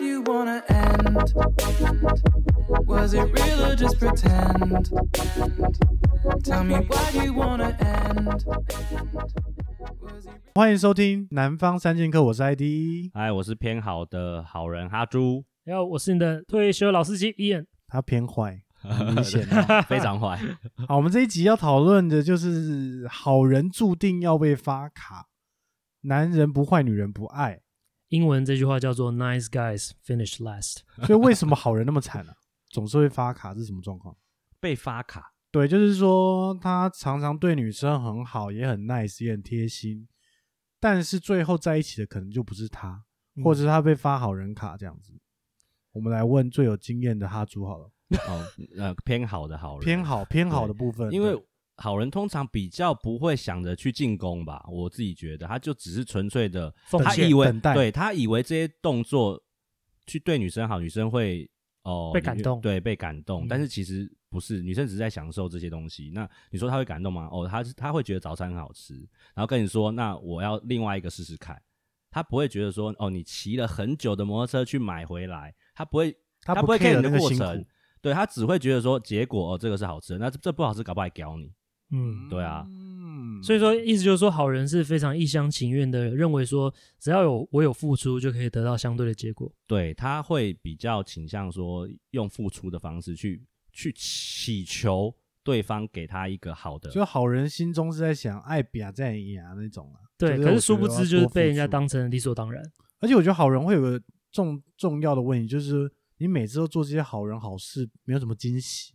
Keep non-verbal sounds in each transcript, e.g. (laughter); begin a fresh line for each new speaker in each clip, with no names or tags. you wanna end? Was it real or just pretend? Tell me why do you wanna end? Was it
欢迎收听《南方三剑客》，我是 ID。
哎，我是偏好的好人哈 (laughs) 猪，
然后我是你的退休老司机 Ian，
他偏
(laughs)
坏，很明显、啊。
非常坏。
好，我们这一集要讨论的就是好人注定要被发卡，男人不坏，女人不爱。
英文这句话叫做 “Nice guys finish last”。
所以为什么好人那么惨呢、啊？总是会发卡，这是什么状况？
被发卡，
对，就是说他常常对女生很好，也很 nice，也很贴心，但是最后在一起的可能就不是他，或者是他被发好人卡这样子。我们来问最有经验的哈猪好了，
哦，呃，偏好的好人，
偏，好偏好的部分，
因
对
为好人通常比较不会想着去进攻吧，我自己觉得，他就只是纯粹的，
奉
他
献
以为
等，待
对他以为这些动作去对女生好，女生会哦
被感
女
动
对，被感动，
嗯
但是其实不是，女生只是在享受这些东西。那你说她会感动吗？哦，她是她会觉得早餐很好吃，然后跟你说，那我要另外一个试试看。她不会觉得说，哦，你骑了很久的摩托车去买回来，她不会，
他
不会
care
看你
那
的
个
过
辛苦
程，对她只会觉得说，结果哦，这个是好吃的，那这这不好吃，搞不好还屌你。
嗯，
对啊
嗯
所以说意思就是说，好人是非常一厢情愿的，认为说只要有我有付出，就可以得到相对的结果。
对，他会比较倾向说用付出的方式去去祈求对方给他一个好的
就。是好人心中是在想爱比啊，在你啊那种啊。
对，
就
可
我
是殊
觉得我
不
要
知就是
多付
被人家
出
当成理所当然。
而且我觉得好人会有个重重要的问题，就是你每次都做这些好人好事，没有什么惊喜，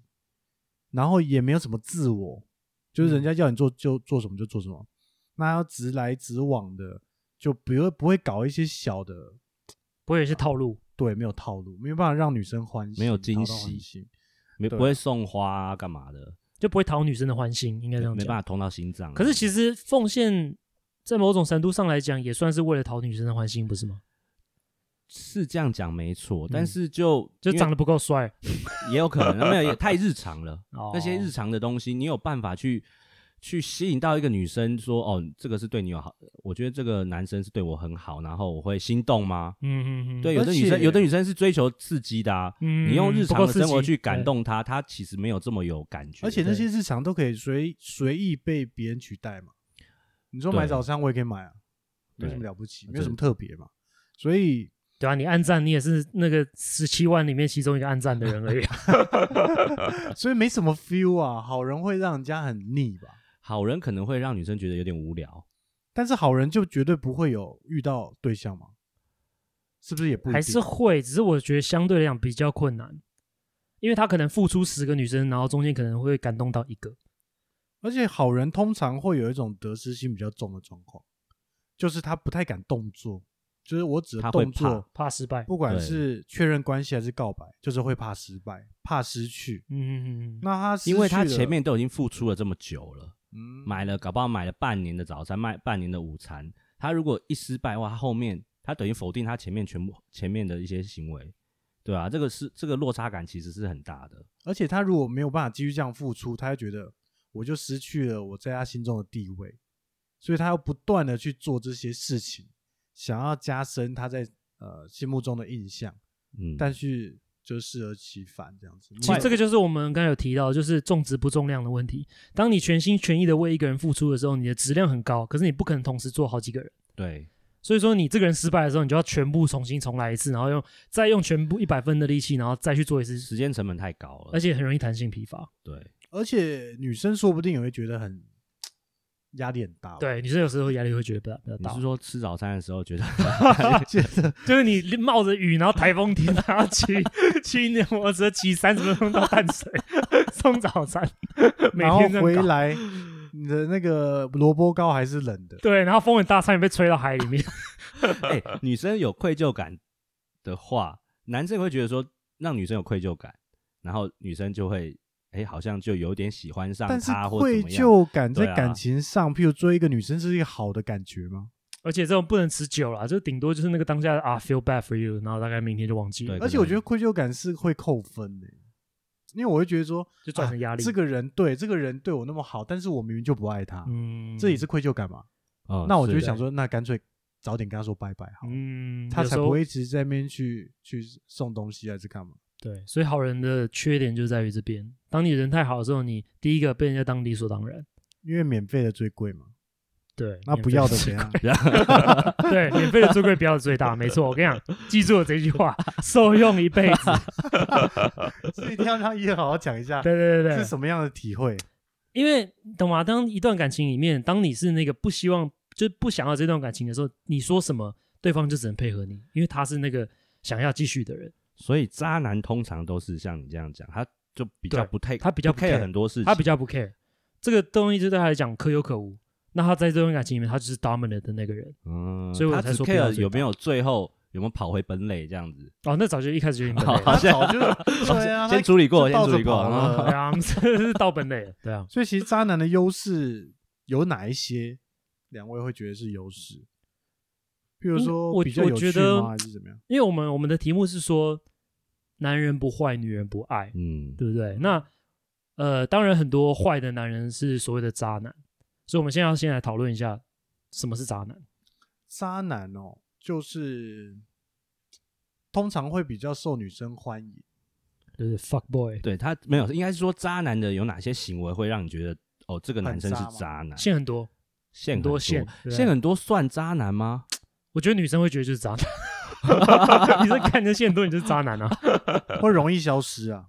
然后也没有什么自我，就是人
嗯
家叫你做就做什么就做什么，那要直来直往的，就不会不会搞一些小的，
不会有一些套路，
对，没有套路，没有办法让女生欢喜，
没有惊
讨
喜
到欢喜，
没
对
不会送花、啊、干嘛的，
就不会讨女生的欢心，应该这样
没
讲
办。法通到心脏啊、
可是其实奉献在某种程度上来讲，也算是为了讨女生的欢心，不是吗？
是这样讲没错，但
嗯
是就
就
因为
长得不够帅，
也有可能，没有也太日常了。
哦
那些日常的东西，你有办法去去吸引到一个女生说，哦，这个是对你有好，我觉得这个男生是对我很好，然后我会心动吗？
嗯嗯嗯，
对，有的
而
女生，
且
有的女生是追求刺激的啊。
嗯，
你用日
不
常
够
的
刺
生活
激
去感，
对
动她，她其实没有这么有感觉。
而且那
对
些日常都可以随随意被别人取代嘛。你说买
对
早餐我也可以买啊，没什么
对
了不起，
啊
那
没有什
真
么特别嘛，所
(laughs)
以
对啊，你暗赞你也是那个十七万里面其中一个暗赞的人而已啊。
所以没什么 feel 啊。好人会让人家很腻吧，
好人可能会让女生觉得有点无聊，
但是好人就绝对不会有遇到对象嘛，是不是也不一定
还是会，只是我觉得相对来讲比较困难，因为他可能付出十个女生，然后中间可能会感动到一个。
而且好人通常会有一种得失心比较重的状况，就是他不太敢动作，就是我指的
他会
动作，
怕失败，
不管
对
是确认关系还是告白，就是会怕失败，怕失去。
嗯嗯嗯嗯，
那他失
因为她
去了
前面都已经付出了这么久了，
嗯
买了搞不好买了半年的早餐，卖半年的午餐，她如果一失败的话，她后面她等于否定她前面全部前面的一些行为，对啊，这个是这个落差感其实是很大的，
而且他如果没有办法继续这样付出，他就觉得我就失去了我在他心中的地位，所以他要不断的去做这些事情，想要加深他在呃心目中的印象，
嗯，
但是就适得其反这样子。
其实这个就是我们刚才有提到，就是重质不重量的问题。当你全心全意的为一个人付出的时候，你的质量很高，可是你不可能同时做好几个人。
对，
所以说，你这个人失败的时候，你就要全部重新重来一次，然后用再用全部一百分的力气，然后再去做一次，
时间成本太高了，
而且很容易弹性疲乏。
对，
而且女生说不定也会觉得很压力很大，，
对，女生有时候压力会觉得比较比较
你
大
是，说吃早餐的时候觉得
(laughs)
(laughs)
觉得
就是你冒着雨，然后台风天，然后骑骑那摩托车骑三十分钟到淡水送早餐，每
然后
天这样
回
搞。
来你的那个萝卜糕还是冷的，
对，然后风很大，差点被吹到海里面。
哎、女生有愧疚感的话，男生也会觉得说让女生有愧疚感，然后女生就会哎、好像就有点喜欢上
但是
他或者
愧
怎么样。
疚感在
对啊
感情上，譬如追一个女生是一个好的感觉吗？
而且这种不能持久啦，就顶多就是那个当下的啊，feel bad for you，然后大概明天就忘记了
对，
而且我觉得愧疚感是会扣分的、因为我会觉得说，
就造成压力
啊这个人对这个人对我那么好，但是我明明就不爱他，
嗯，
这也是愧疚感嘛。
嗯
那我就会
(laughs) 是的
想说，那干脆早点跟他说拜拜好了，
嗯，
他
有
才
时候
不会一直在那边去去送东西还是干嘛。
对，所以好人的缺点就在于这边，当你人太好的时候，你第一个被人家当理所当然。
因为免费的最贵嘛，
对，
那
免
不
费
要的
最
怎样？
贵对，免费的最贵，不要的最大，没错。我跟你讲，记住我这句话， (laughs) 受用一辈子。
所以一定要让叶好好讲一下，
(laughs) 对对对
是
对，
什么样的体会？
因为懂吗？当一段感情里面，当你是那个不希望，就是不想要这段感情的时候，你说什么，对方就只能配合你，因为他是那个想要继续的人，
所以渣男通常都是像你这样讲，他就比较
对
不 take，
他比较
不
不
care
care，
很多事情，
他比较不 care。这个东西就对他来讲可有可无。那他在这段感情里面，他就是 dominant 的那个人。
嗯，
所以我
他
才
只
说不
care
要最
有没
大
有最后有没有跑回本垒这样子，
哦，那早就一开始就已经 (laughs) 本垒
好
了。哦
像
早就对啊，
先
他
处理过，
就
先
倒
处
着
理过，
(laughs)
跑了
嗯
对啊，这是到本垒了。 (laughs) 对啊，
所以其实渣男的优势有哪一些？两位会觉得是优势？譬如
嗯
说
我
比较
我
有
觉
趣
得
吗？还是怎么样？
因为我们我们的题目是说，男人不坏，女人不爱，
嗯，
对不对？那呃，当然很多坏的男人是所谓的渣男，所以我们现在要先来讨论一下什么是渣男。
渣男哦，就是通常会比较受女生欢
(laughs)
迎。
就是 fuck boy，
对他没有，应该是说渣男的有哪些行为会让你觉得哦，这个男
很
生是
渣吗
渣男，
线很多，
线
多
线
线对
线很多算渣男吗？
我觉得女生会觉得就是渣
(laughs)
男。你在看着线很多，你就是渣男啊，
会容易消失
(laughs)
啊。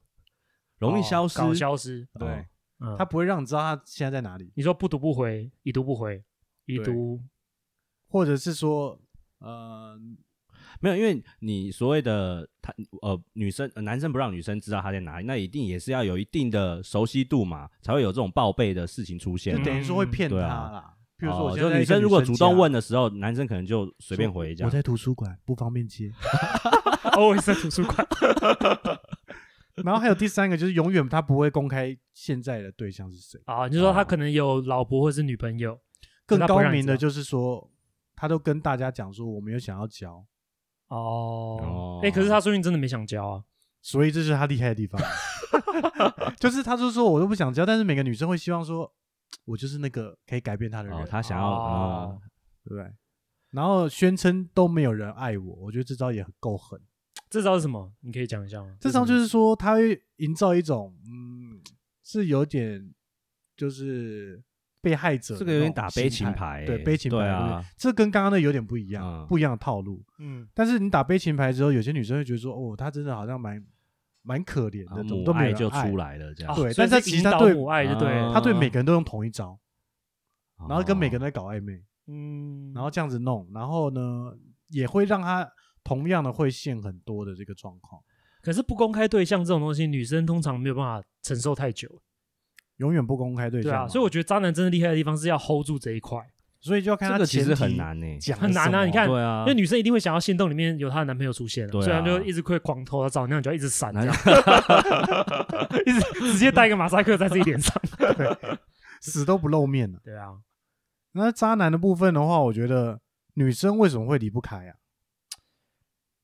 容易
哦
消失，
搞消失。
哦
对，
嗯，
他不会让你知道他现在在哪里，
你说不读不回，已读不回，已
对
读
或者是说，呃，
没有，因为你所谓的他呃女生、呃男生不让女生知道他在哪里，那一定也是要有一定的熟悉度嘛，才会有这种报备的事情出现
就
啊。
等于说会骗他
对啊
啦。譬如说，
哦
我现
就
在在
女
一个
生如果主
家
动问的时候，男生可能就随便回这
我
样。
在图书馆不方便接。 (laughs)
always 在图书馆。
然后还有第三个就是永远他不会公开现在的对象是谁。
啊，你就说他
哦
可能有老婆或是女朋友，
更
那不
高
让你
明的
知道
就是说，他都跟大家讲说我没有想要交，
哦
哦，
哎、可是他说不定真的没想交啊。
所以这是他厉害的地方。啊 (laughs) 就是他就说我都不想交，但是每个女生会希望说，我就是那个可以改变他的人，
哦，他想要啊、
哦
对不对？然后宣称都没有人爱我，我觉得这招也很够狠。
这招是什么？你可以讲一下吗？
这招
什
就
么
是说，他会营造一种嗯，是有点就是被害者的
这个有点
那种
打悲
心
情
态
牌欸
对悲情牌，
对
对
啊
不对这跟刚刚那有点不一样，
嗯
不一样的套路。
嗯，
但是你打悲情牌之后，有些女生会觉得说，哦，她真的好像蛮蛮可怜
啊
的，怎
母
么都没有
爱
人
就出
爱。
来了这样。
啊
对
所
但
以
是其
是
实
引
他
导
对
母爱就对了，
啊
她对每个人都用同一招，然后跟每个人
哦
在搞暧昧，
嗯，
然后这样子弄，然后呢，也会让她同样的会陷很多的这个状况，
可是不公开对象这种东西，女生通常没有办法承受太久，
永远不公开对
对
象嘛。
啊，所以我觉得渣男真的厉害的地方是要 hold 住这一块，
所以就要看
这
她
个其
前
实很
提
难欸呢、
讲
很难
什么
啊。你看，
对啊
因为女生一定会想要线动里面有她的男朋友出现、
对啊
虽然就一直会狂偷她照，那你就要一直闪，这
男
样
(laughs)
一直直接带一个马赛克在自己脸上， (laughs)
死都不露面了。
对啊，
那渣男的部分的话，我觉得女生为什么会离不开啊？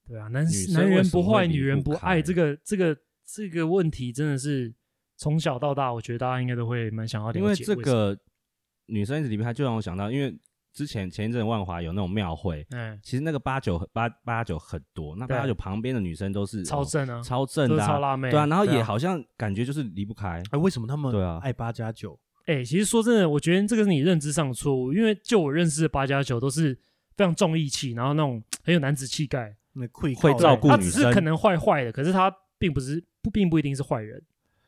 对啊，男
女生
男
为
人
什
不
么会
坏，
离
女人
不
不爱，
开
这个这个这个问题真的是从小到大，我觉得大家应该都会蛮想要了解。
因为这
什么，
个女生一直离不开，就让我想到，因为之前前一阵万华有那种庙会，
嗯，
其实那个八九八八九很多，那
对
八九旁边的女生都是
超
哦
正啊，
超正的
都
啊、
是超辣妹啊
对啊，然后
对啊
也好像感觉就是离不开，
哎，为什么他们
对啊
爱八加九？
哎、其实说真的，我觉得这个是你认知上的错误，因为就我认识的八加九都是非常重义气，然后那种很有男子气概，
那会
会
靠
照
的
顾
他
女
只
生
是可能坏坏的，可是他并不是不并不一定是坏人，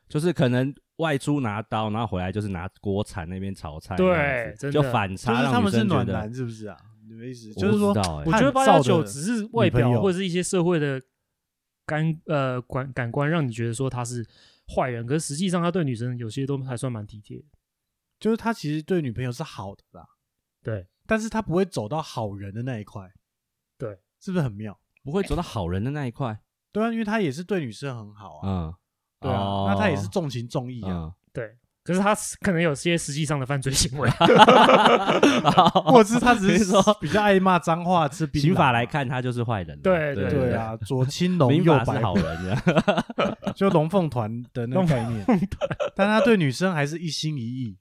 就是可能外出拿刀，然后回来就是拿锅铲那边炒菜
对
那样子，
真的
就反
就
差，
是
让
他
女
们是
生觉
暖
得
男，是不是啊？你的意思
我
就是
不
说
知，道欸
我觉得八加九只
是
是外
女朋
表
友
或者是一些社会的感呃感感官让你觉得说他是坏人，可是实际上他对女生有些都还算蛮体贴的。
就是他其实对女朋友是好的啦，
对，
但是他不会走到好人的那一块，
对，
是不是很妙？
不会走到好人的那一块，
对啊，因为他也是对女生很好啊，
嗯，
对啊，
哦
那他也是重情重义啊，
嗯
对，可是他是可能有些实际上的犯罪行为。啊
(laughs)
或者是他只 (laughs)
你
是
说
比较爱骂脏话、吃槟榔啊
刑法来，看他就是坏人啊，
对
对
对
对啊，左青龙
(laughs) 民
右
法
白
是
虎
好人啊，
(laughs) 就龙凤团的那个概念，但他对女生还是一心一意，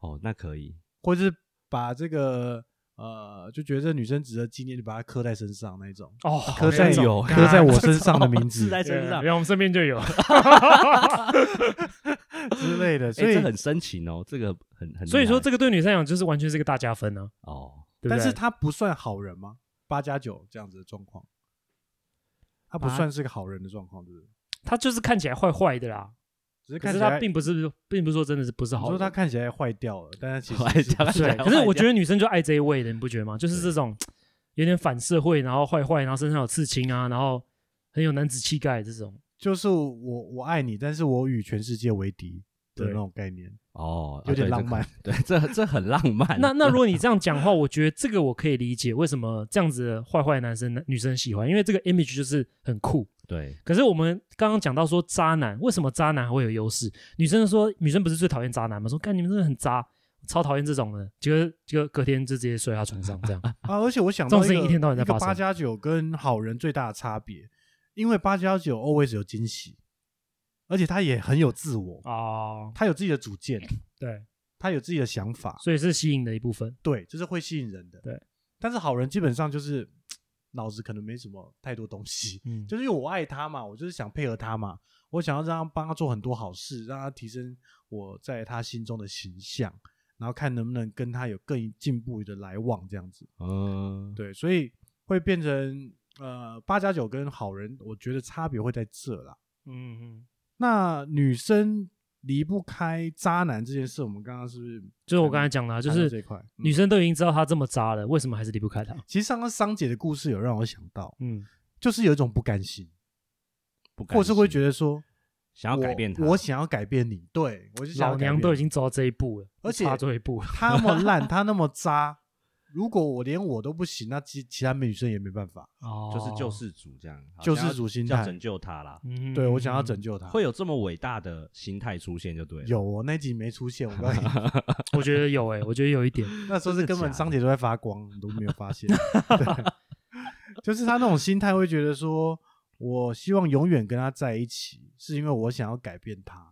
哦，那可以，
或是把这个呃，就觉得这女生值得纪念，就把她刻在身上那种，
哦，
刻在
这种
(laughs) 刻在我身上的
名
名
(laughs)
字
字
在身上
对，然后我们身边就有，
之类
哎
的，所
所以
以
这很深情哦，这个很很厉害。
所以说这个对女生来讲就是完全是个大加分啊，
哦，
对不对
但是他不算好人吗？八加九这样子的状况，他不
八
算是个好人的状况，对不对？
他就是看起来坏坏的啦，
只是
可
看
是
起
他
来，
并不是并不是说真的是不是
你
好
说
人，
他看起来坏掉了，但是其
坏
实是
掉
不
看起来
(laughs) 是
对，
坏
可是我
掉
觉得女生就爱这一味的，你不觉得吗？就是这种有点反社会，然后坏坏，然后身上有刺青啊，然后很有男子气概这种。
就是我我爱你，但是我与全世界为敌的
对
那种概念，
哦，啊
有点
对这
浪漫
可对，这这很浪漫。
那那如果你这样讲话，我觉得这个我可以理解为什么这样子的坏坏男生女生喜欢，因为这个 image 就是很酷。
对
可是我们刚刚讲到说渣男，为什么渣男还会有优势？女生说女生不是最讨厌渣男吗？说干你们真的很渣，超讨厌这种的。结果结果隔天就直接睡他床上
(laughs)
这样。
啊，而且我想
这种
到
事
一
情
个
一天到晚在
一个
发生
八加九跟好人最大的差别，因为八加九 always 有惊喜，而且他也很有自我，
哦，
他有自己的主见，
对，
他有自己的想法，
所以是吸引的一部分。
对，这是会吸引人的。
对，
但是好人基本上就是脑子可能没什么太多东西， (laughs)
嗯，
就是因为我爱他嘛，我就是想配合他嘛，我想要让他帮他做很多好事，让他提升我在他心中的形象，然后看能不能跟他有更进步的来往这样子。
嗯，
对，所以会变成呃八加九跟好人，我觉得差别会在这啦。
嗯嗯。
那女生离不开渣男这件事，我们刚刚是不是
就是我刚才讲的、啊，就
谈到这一
是
块？嗯
女生都已经知道他这么渣了，为什么还是离不开他？
其实刚刚桑姐的故事有让我想到，
嗯，就是
就是有一种不甘心，
不甘
或是会
心
觉得说
想要改变他，
我，我想要改变你，对我就想要
老
改变
娘
你
都已经走到这一步了，
而且
差最后一步了。
他那么烂，他那么渣，如果我连我都不行，那其其他女生也没办法。
哦
就是救，世主这样，好
救
像
世
要
主心
要
态
拯救他啦，
嗯
对我想要拯。救他，
会有这么伟大的心态出现就对了。
有哦，那集没出现，我告诉你，
(laughs) 我觉得有诶、我觉得有一点。
那时候是
真的
根本
假
张
的
姐都在发光，你都没有发现。对， (laughs) 就是他那种心态会觉得说，我希望永远跟他在一起，是因为我想要改变他。哦，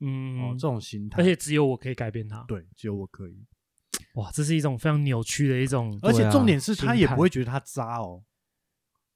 嗯
这，种心态，
而且只有我可以改变他。
对，只有我可以。
哇，这是一种非常扭曲的一种。
而且
对啊
重点是他也
心态
不会觉得他渣哦，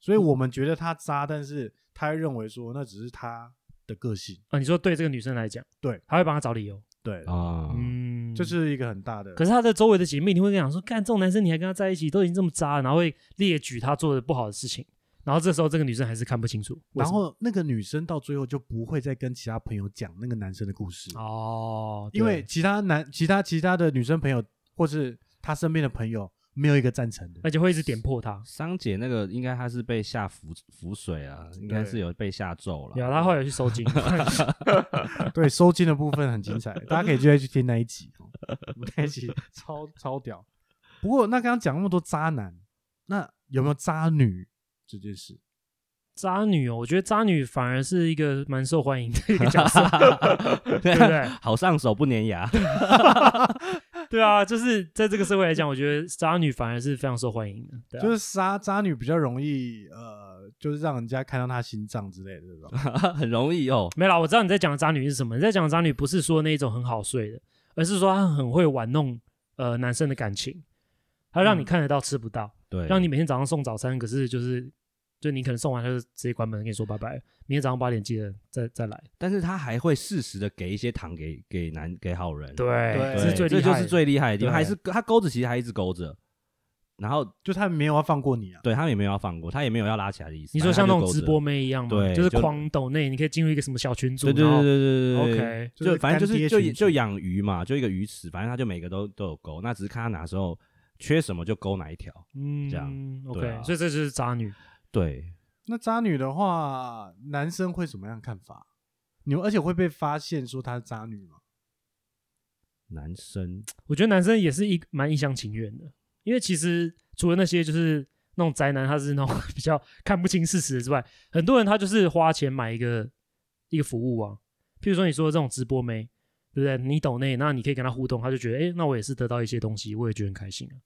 所以我们觉得他渣，但是他会认为说那只是他的个性，
啊，你说对这个女生来讲，
对，
他会帮她找理由。
对，
啊，
哦嗯，
这。是一个很大的。
可是他的周围的姐妹，你会跟她讲说，干这种男生你还跟他在一起，都已经这么渣了，然后会列举他做的不好的事情，然后这时候这个女生还是看不清楚。为
然
什么
后那个女生到最后就不会再跟其他朋友讲那个男生的故事，
哦，
因为
对
其他男、其他其他的女生朋友或是她身边的朋友没有一个赞成 (laughs) 的。
而且会一直点破他。
桑姐那个应该她是被下符符水啊，应该是有被下咒了。
有啊，他后来有去
(laughs)
收金，
对，收金的部分很精彩，大家可以继续去听那一集哦，我们 (laughs) 那一集超超屌。不过那刚刚讲那么多渣男，那有没有渣女这件事？
渣女哦，我觉得渣女反而是一个蛮受欢迎的一个
(laughs)
角色，
(laughs) 对啊
对不对？
好上手不粘牙， (laughs)
对啊，就是在这个社会来讲，我觉得渣女反而是非常受欢迎的，对啊
就是杀渣女比较容易，呃，就是让人家看到她心脏之类的这种。
很容易哦。
没啦，我知道你在讲的渣女是什么。你在讲的渣女不是说那种很好睡的，而是说她很会玩弄呃男生的感情，她让你看得到吃不到，
对，
让你每天早上送早餐，可是就是就你可能送完她就直接关门跟你说拜拜，明天早上八点记得再再来。
但是她还会适时的给一些糖给给男给好人。
对，
对
这是最厉害
这
的，
就是最厉害的地方，
对
还是她勾着，其实还一直勾着。然后
(laughs) 就他没有要放过你啊，
对他们也没有要放过，他也没有要拉起来的意思。
你说像那
反
种
正
直
她就
播妹一样嘛，
对
就是
就
狂抖内，你可以进入一个什么小群组，
勾着，对对对对对对对对
OK，
就是
就反正就
干
是
爹
就
群
就
组
养鱼嘛，就一个鱼池，反正他就每个都都有勾，那只是看他哪时候缺什么就勾哪一条。
嗯，
这样
OK，、
对啊
所以这就是渣女。
对，
那渣女的话，男生会怎么样看法？你们而且会被发现说她是渣女吗？
男生
我觉得男生也是一蛮一厢情愿的，因为其实除了那些就是那种宅男，他是那种 (laughs) 比较看不清事实之外，很多人他就是花钱买一个一个服务啊，譬如说你说这种直播妹，对不对？你抖内，那你可以跟他互动，他就觉得，诶，那我也是得到一些东西，我也觉得很开心啊。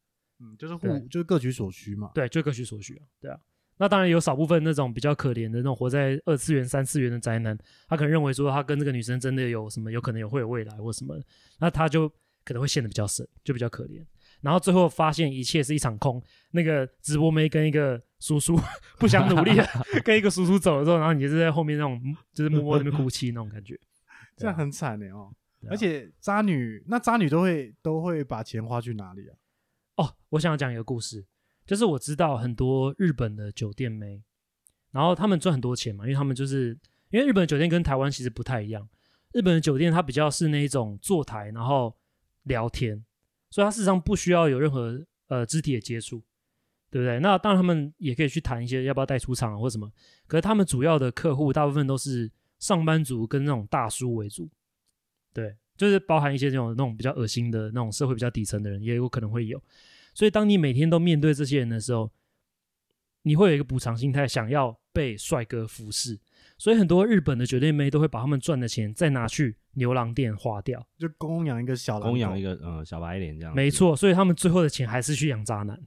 嗯，就是
对
互就是各取所需嘛。
对，就各取所需啊，对啊。那当然有少部分那种比较可怜的那种活在二次元、三次元的宅男，他可能认为说他跟这个女生真的有什么，有可能有会有未来或什么，那他就可能会陷得比较深，就比较可怜。然后最后发现一切是一场空。那个直播妹跟一个叔叔 (laughs) 不想努力了， (laughs) 跟一个叔叔走了之后，然后你就是在后面那种就是默默在那边哭泣那种感觉。
这样很惨的哦。
对啊
而且渣女，那渣女都会都会把钱花去哪里啊？
哦，我想要讲一个故事，就是我知道很多日本的酒店妹，然后他们赚很多钱嘛，因为他们就是因为日本的酒店跟台湾其实不太一样，日本的酒店它比较是那一种坐台然后聊天，所以它事实上不需要有任何呃肢体的接触，对不对？那当然他们也可以去谈一些要不要带出场啊或什么，可是他们主要的客户大部分都是上班族跟那种大叔为主，对，就是包含一些这种那种比较恶心的那种社会比较底层的人也有可能会有。所以当你每天都面对这些人的时候，你会有一个补偿心态，想要被帅哥服侍。所以很多日本的酒店妹都会把他们赚的钱再拿去牛郎店花掉。
就供养一个小狼
供养
狗
一个嗯小白脸这样，
没，错，所以他们最后的钱还是去养渣男。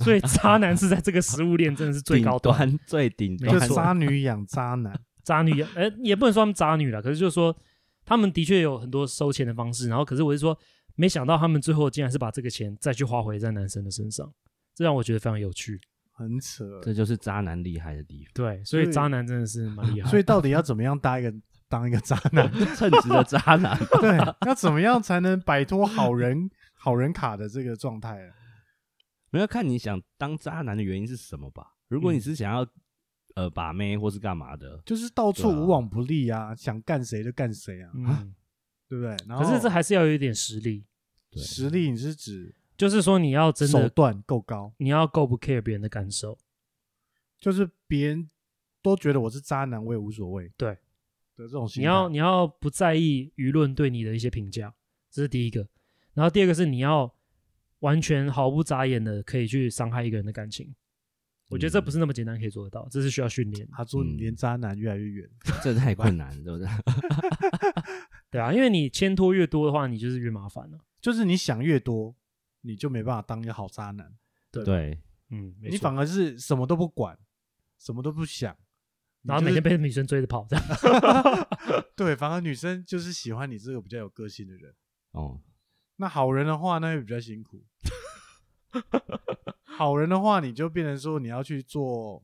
所以渣男是在这个食物链真的是最
顶
高端，
端最顶
没
端
就
错
渣女养渣男，
渣女也，呃，也不能说他们渣女了，可是就是说他们的确有很多收钱的方式。然后，可是我是说，没想到他们最后竟然是把这个钱再去花回在男生的身上，这让我觉得非常有趣。
很扯。
这就是渣男厉害的地方，
对，所以
所以
渣男真的是蛮厉害的。
欸所以到底要怎么样当一个当一个渣男？ (laughs)
称职的渣男。 (laughs)
对，要怎么样才能摆脱好人好人卡的这个状态啊？
没有看你想当渣男的原因是什么吧？如果你是想要、呃把妹或是干嘛的，
嗯就是到处
对啊
无往不利啊，想干谁就干谁啊，
嗯，
对不对？然后
可是这还是要有一点实力，
对
实力，你是指
就是说你要真
手
的，
段够高，
你要够不 care 别人的感受。
就是别人都觉得我是渣男，我也无所谓。
对
的这种心
你
态，
要你要不在意舆论对你的一些评价，这是第一个。然后第二个是你要完全毫不眨眼的可以去伤害一个人的感情，我觉得这不是
嗯
那么简单可以做得到，这是需要训练的，
他说你
嗯
离渣男越来越远，
这太困难了，对不对？
(laughs)
对啊，因为你牵拖越多的话，你就是越麻烦了。
就是你想越多，你就没办法当一个好渣男，
对，
嗯，没
你
错
反而是什么都不管，什么都不想，
然后
你
每
就
天
是
被女生追着跑，这样
对，反而女生就是喜欢你这个比较有个性的人。
哦，
那好人的话，那会比较辛
(laughs)
苦。好人的话，你就变成说你要去做。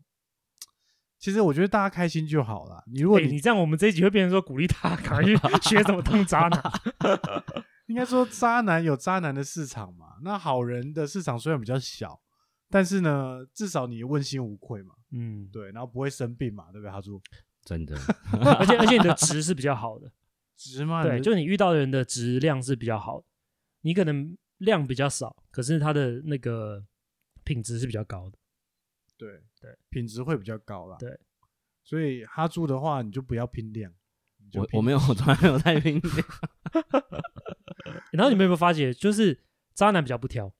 其实我觉得大家开心就好了。你如果
哎
你,、
你这样我们这一集会变成说鼓励他赶快去 (laughs) 学怎么当渣
(laughs)
男。
应该说渣男有渣男的市场嘛，那好人的市场虽然比较小，但是呢，至少你问心无愧嘛，
嗯，
对，然后不会生病嘛，对不对？他说
真
(laughs)
的，
而且而且你的值是比较好的，
值
啊
吗？
对，
你
就你遇到的人的质量是比较好的，你可能量比较少，可是他的那个品质是比较高的。
对
对，
品质会比较高啦。
对，
所以哈猪的话，你就不要拼量。你就
我
拼
我没 (laughs) 有，我从来没
(laughs)
有太拼量
然后你们有没有发觉，就是渣男比较不挑，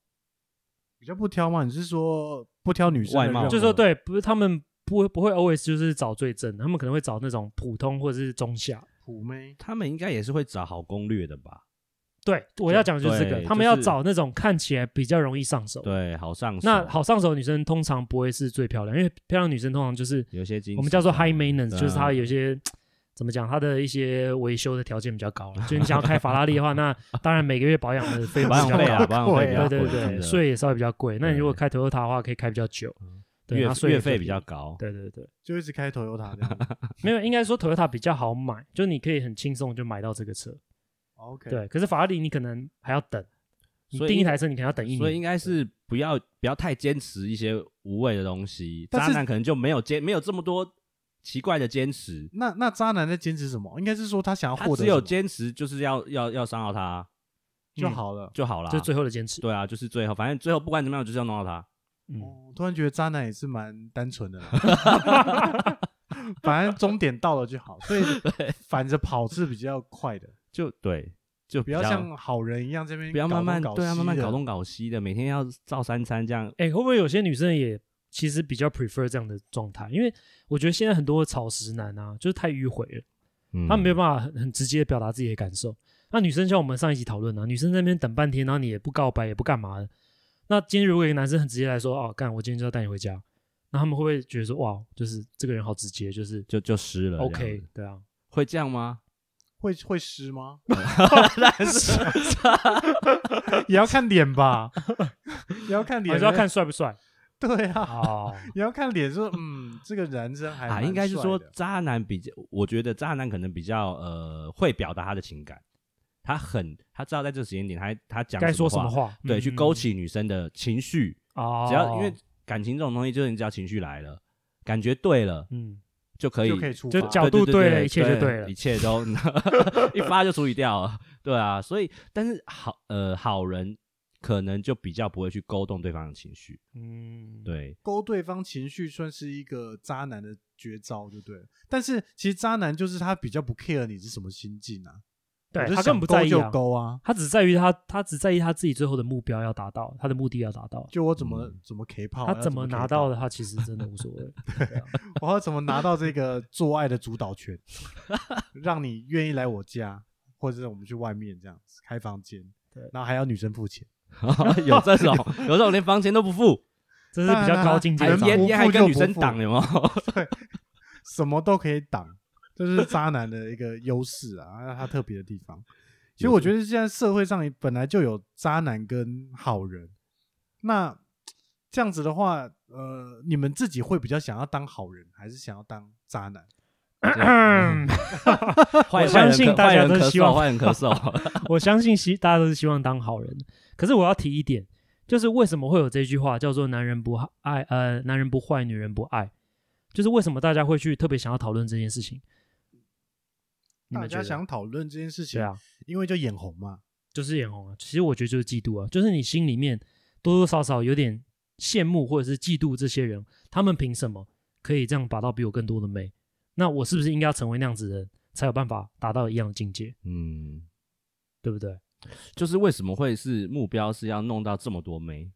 比较不挑嘛，你是说不挑女生的
外貌
任何
就是说对，不是他们不会不会 always 就是找最正的，他们可能会找那种普通或者是中下。
普妹
他们应该也是会找好攻略的吧？
对，我要讲的就是这个，
对
他们要
就是
找那种看起来比较容易上
哦
手。，
对，好上手。
那，好上手的女生通常不会是最漂亮，因为漂亮女生通常就是
有些经
我们叫做 high
对
maintenance，
啊
就是它有些怎么讲，它的一些维修的条件比较高了。就是你想要开法拉利的话，
(laughs)
那当然每个月保养的费用
保
(laughs) 比较
养费啊，
高，
保养费比较
对对
贵，
对
真
对，
的
税也稍微比较贵。那你如果
对嗯
开 Toyota 的话，可以开比较久，对，
月
它税
月
也
费
便宜
比较。高。
对对对，
就一直开 Toyota 这
(laughs)
样。
没有，应该说 Toyota 比较好买，就是你可以很轻松就买到这个车。
OK，
对，可是法拉利你可能还要等，你
所以
订一
应
台车你可
啊
能要等一
所以应
年。
该是不要不要太坚持一些无谓的东西，
但
渣
是
男可能就没有坚没有这么多奇怪的坚持，
那那渣男在坚持什么？应该是说他想要
他
获得
只有
什么
坚嗯持就是要要要伤到他
就好了。
就好啦。
这是最后的坚持。
对啊，就是最后，反正最后不管怎么样，就是要弄到他。
嗯，
哦，突然觉得渣男也是蛮单纯的啦，
(laughs)
反正终点到了就好，所以反着跑是比较快的，
就对，就
不要像好人一样这边
不要慢慢
搞东
对啊，
西
慢慢
的
搞东搞西的，每天要照三餐这样。
哎、会不会有些女生也其实比较 prefer 这样的状态？因为我觉得现在很多草食男啊，就是太迂回了，
嗯
他们没有办法很很直接地表达自己的感受。那女生像我们上一集讨论啊，女生在那边等半天，然后你也不告白，也不干嘛的。那今天如果有一个男生很直接来说，哦，干，我今天就要带你回家，那他们会不会觉得说，哇，就是这个人好直接，就是
就就湿了这样子。
OK，对啊，
会这样吗？
会会湿 (laughs) 吗？(laughs)
但是
也要看脸 (laughs) 吧，也要看脸，
还是要看帅
(laughs)
不帅？
(laughs) 对啊，
哦，
也要看脸， (laughs) 说嗯，这个男生还
啊，
蛮
应该是
帅
说
的
渣男比较，我觉得渣男可能比较呃会表达他的情感，他很他知道在这个时间点他他讲
该说什么
话，
话？
对，
嗯
去勾起女生的情绪，
哦，
只要因为感情这种东西，就是你只要情绪来了，感觉对了
嗯，
就可以
就可以出
就
发嗯
角度
对
了，一切就
对
了
一。切都 (laughs) 一发就处理掉了，对啊，所以但是好呃好人可能就比较不会去勾动对方的情绪，
嗯，，
对， (laughs)
勾对方情绪算是一个渣男的绝招，就对了。但是其实渣男就是他比较不 care 你是什么心境啊，我
对
就
他根
想
本不
勾
在意
就
啊，
勾啊，
他只在于他他只在意他自己最后的目标要达到，他的目的要达到。
就我怎么
嗯
怎么 K 炮，
他
要
怎么拿到
的，
的，他其实真的无
(laughs)
所谓。对啊
我要怎么拿到这个做爱的主导权， (laughs) 让你愿意来我家，或者是我们去外面这样子开房间
对，
然后还要女生付 (laughs) 钱，
有这种有这种连房钱都不付，
这是比较高境界
当
的
然啦不
烟
渣男
付
烟还
就
跟女
不
生
付
挡有没有？
什么都可以挡，这是渣男的一个优势啊，让他特别的地方。其实我觉得现在社会上本来就有渣男跟好人，那这样子的话，呃，你们自己会比较想要当好人，还是想要当渣男？
嗯
(laughs) 坏
我相信大家都希望
坏人咳
(laughs)
嗽，坏人咳嗽
我相信希大家都是希望当好人，可是我要提一点，就是为什么会有这句话叫做“男人不爱呃，男人不坏，女人不爱”，就是为什么大家会去特别想要讨论这件事情？你
大
们觉
家
得？
想讨论这件事情，
对啊，
因为就眼红嘛，
就是眼红啊。其实我觉得就是嫉妒啊，就是你心里面多多少少有点羡慕或者是嫉妒这些人，他们凭什么可以这样把到比我更多的美？那我是不是应该要成为那样子的人，才有办法达到一样的境界？
嗯，
对不对？
就是为什么会是目标是要弄到这么多枚？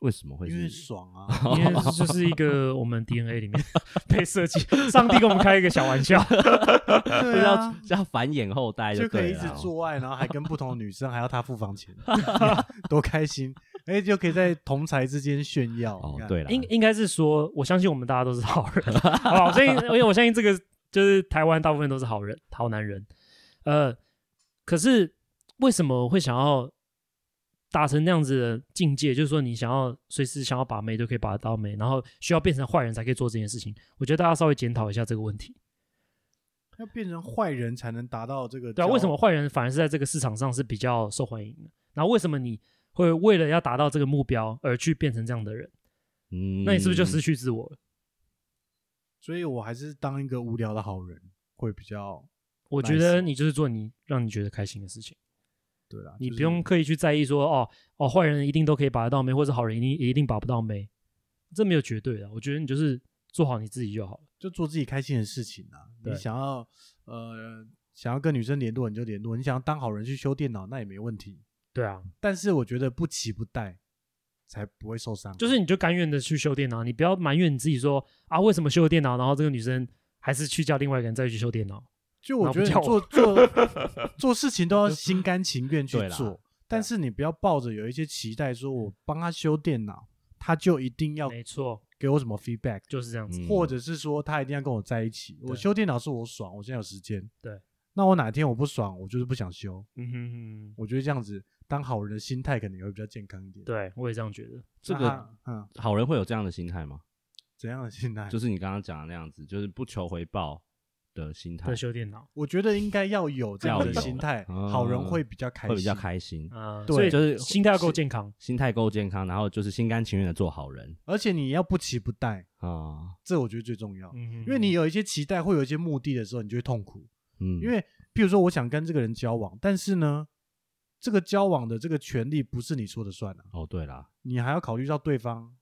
为什么会
因为
是？
爽啊，
因为这就是一个我们 DNA 里面 (laughs) 被设计，上帝给我们开一个小玩笑，
对
是要
啊。
是要繁衍后代
就可以
对
一
了
直
啦，
哦
做爱，然后还跟不同的女生，还要他付房
(laughs)
钱，多开心！哎，就可以在同才之间炫耀。
哦
你看，
对了，
应应该是说，我相信我们大家都是好人， (laughs) 好吧？我相信，因为我相信这个就是台湾大部分都是好人，好男人。呃，可是为什么会想要达成那样子的境界？就是说，你想要随时想要把妹都可以把得到妹，然后需要变成坏人才可以做这件事情。我觉得大家稍微检讨一下这个问题。
要变成坏人才能达到这个。
对啊，为什么？坏人反而是在这个市场上是比较受欢迎的？然后为什么你会为了要达到这个目标而去变成这样的人？
嗯
那你是不是就失去自我了？
所以我还是当一个无聊的好人会比较
我觉得你就是做你让你觉得开心的事情，
对啦。
你
就是
不用刻意去在意说哦哦，坏人一定都可以把得到妹，或者好人一定一定把不到妹，这没有绝对的。我觉得你就是做好你自己就好了。
就做自己开心的事情啊。你
对
想要呃想要跟女生联络你就联络，你想要当好人去修电脑那也没问题。
对啊，
但是我觉得不期不待才不会受伤。啊
就是你就甘愿的去修电脑，你不要埋怨你自己说啊，为什么修了电脑，然后这个女生还是去叫另外一个人再去修电脑。
就我觉得你
然后
做
(laughs)
做做事情都要心甘情愿去
对啊嗯啦
做，但是你不要抱着有一些期待，说我帮他修电脑，他就一定要
没错，
给我什么 feedback。
就是这样子。
嗯
或者是说他一定要跟我在一起。我
对
修电脑是我爽，我现在有时间。
对，
那我哪天我不爽，我就是不想修。
嗯哼哼哼，
我觉得这样子当好人的心态可能也会比较健康一点。那
对我也这样觉得。
这
他，
个
嗯，
好人会有这样的心态吗？
怎样的心态？
就是你刚刚讲的那样子，就是不求回报的心态
在，修电脑
我觉得应该要有这样
要
的
有
心态，
嗯
好人会比较开
会
心，
比较开心，
啊，
对
所以
就是
心态要够健康。
心态够健康，然后就是心甘情愿的做好人
而且你要不期不待，
啊，
这我觉得最重要。
嗯哼哼，
因为你有一些期待，会有一些目的的时候，你就会痛苦。
嗯，
因为譬如说，我想跟这个人交往，但是呢，这个交往的这个权利不是你说的算啊。
哦对啦，
你还要考虑到对方。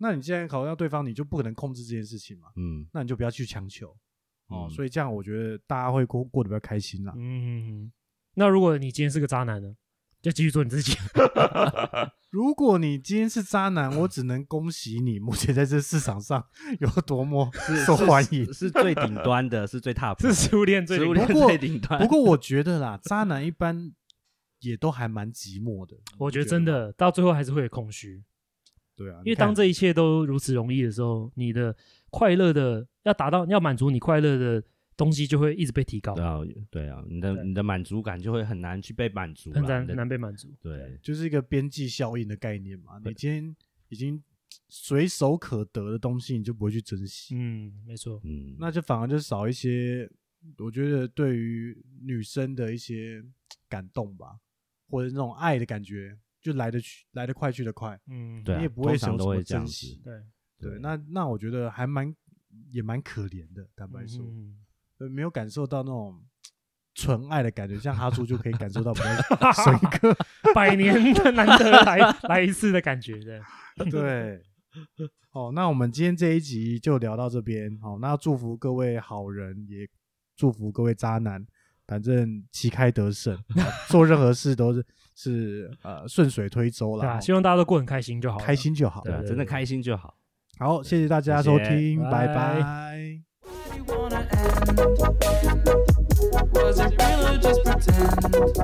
那你既然考虑到对方，你就不可能控制这件事情嘛，
嗯
那你就不要去强求哦。(laughs)
嗯
所以这样，我觉得大家会过过得比较开心啦。
嗯哼哼，那如果你今天是个渣男呢，就继续做你自己。
如果你今天是渣男，我只能恭喜你，目前在这市场上有多
(laughs)
么受欢迎。
是是最顶端的，是最 top，
(laughs)
这 (laughs) 是食物链最
食物
顶 (laughs)
链
不过
最顶端。
不过我觉得啦，渣男一般也都还蛮寂寞的。
我觉
你
得真
吗
的到最后还是会有空虚，
对啊，
因
你
为
看
当这一切都如此容易的时候，你的快乐的要达到要满足你快乐的东西就会一直被提高，
(laughs) 对啊，对啊，你的
对
你的满足感就会很难去被满足啦
很难
你的
很难被满足。
对
就是一个边际效应的概念嘛。
对
你今天已经随手可得的东西，你就不会去珍惜，
嗯，没错，
嗯，
那就反而就少一些。我觉得对于女生的一些感动吧，或者那种爱的感觉，就来得去来得快去得快。
嗯，
对啊
你也不会
通
想
常
有
都
什么
会这样
珍
子
惜。
对，
对，
对啊
那那我觉得还蛮也蛮可怜的，坦白
嗯
说，
嗯
呃没有感受到那种纯爱的感觉，像哈猪就可以感受到比
(laughs)
较深刻。
嗯百年的难得 (laughs) 来来一次的感觉，对， (laughs)
对，哦，那我们今天这一集就聊到这边。好、那祝福各位好人，也祝福各位渣男，反正旗开得胜，做任何事都是是呃顺水推舟
对
啦
啊，，希
哦
望大家都过得很开心就好了，
开心就好
对。啊，
对
真的
对
开心就好。
好，谢谢大家收
谢谢
听，拜
拜
拜。
Why do you wanna end? Was it real or just pretend?